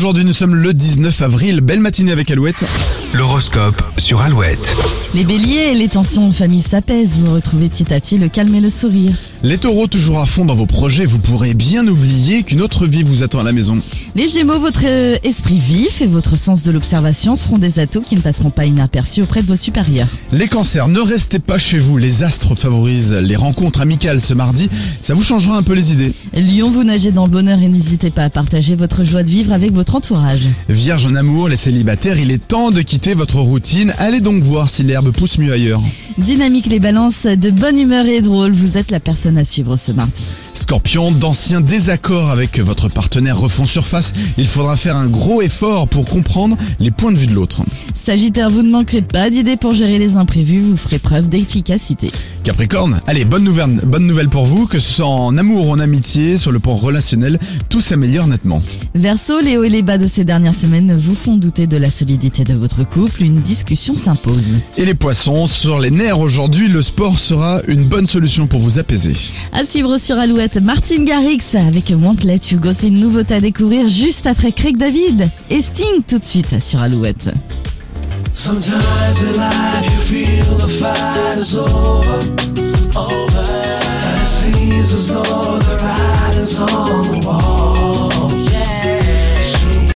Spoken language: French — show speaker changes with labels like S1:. S1: Aujourd'hui, nous sommes le 19 avril. Belle matinée avec Alouette.
S2: L'horoscope sur Alouette.
S3: Les béliers, les tensions en famille s'apaisent, vous retrouvez petit à petit le calme et le sourire.
S1: Les taureaux, toujours à fond dans vos projets, vous pourrez bien oublier qu'une autre vie vous attend à la maison.
S3: Les gémeaux, votre euh, esprit vif et votre sens de l'observation seront des atouts qui ne passeront pas inaperçus auprès de vos supérieurs.
S1: Les cancers, ne restez pas chez vous. Les astres favorisent les rencontres amicales ce mardi. Ça vous changera un peu les idées.
S3: Lion, vous nagez dans le bonheur et n'hésitez pas à partager votre joie de vivre avec votre entourage.
S1: Vierge en amour, les célibataires, il est temps de quitter votre routine. Allez donc voir si l'herbe pousse mieux ailleurs.
S3: Dynamique, les balances, de bonne humeur et drôle, vous êtes la personne à suivre ce mardi.
S1: Scorpion, d'anciens désaccords avec votre partenaire refont surface. Il faudra faire un gros effort pour comprendre les points de vue de l'autre.
S3: Sagittaire, vous ne manquerez pas d'idées pour gérer les imprévus, vous ferez preuve d'efficacité.
S1: Capricorne, allez, bonne nouvelle, bonne nouvelle pour vous, que ce soit en amour ou en amitié, sur le plan relationnel, tout s'améliore nettement.
S3: Verseau, les hauts et les bas de ces dernières semaines vous font douter de la solidité de votre couple, une discussion s'impose.
S1: Et les poissons, sur les nerfs aujourd'hui, le sport sera une bonne solution pour vous apaiser.
S3: À suivre sur Alouette, Martine Garrix avec Wantlet Hugo. C'est une nouveauté à découvrir juste après Craig David et Sting tout de suite sur Alouette.
S4: Sometimes in life you feel the fight is over, over, and it seems as though the writing's on the wall.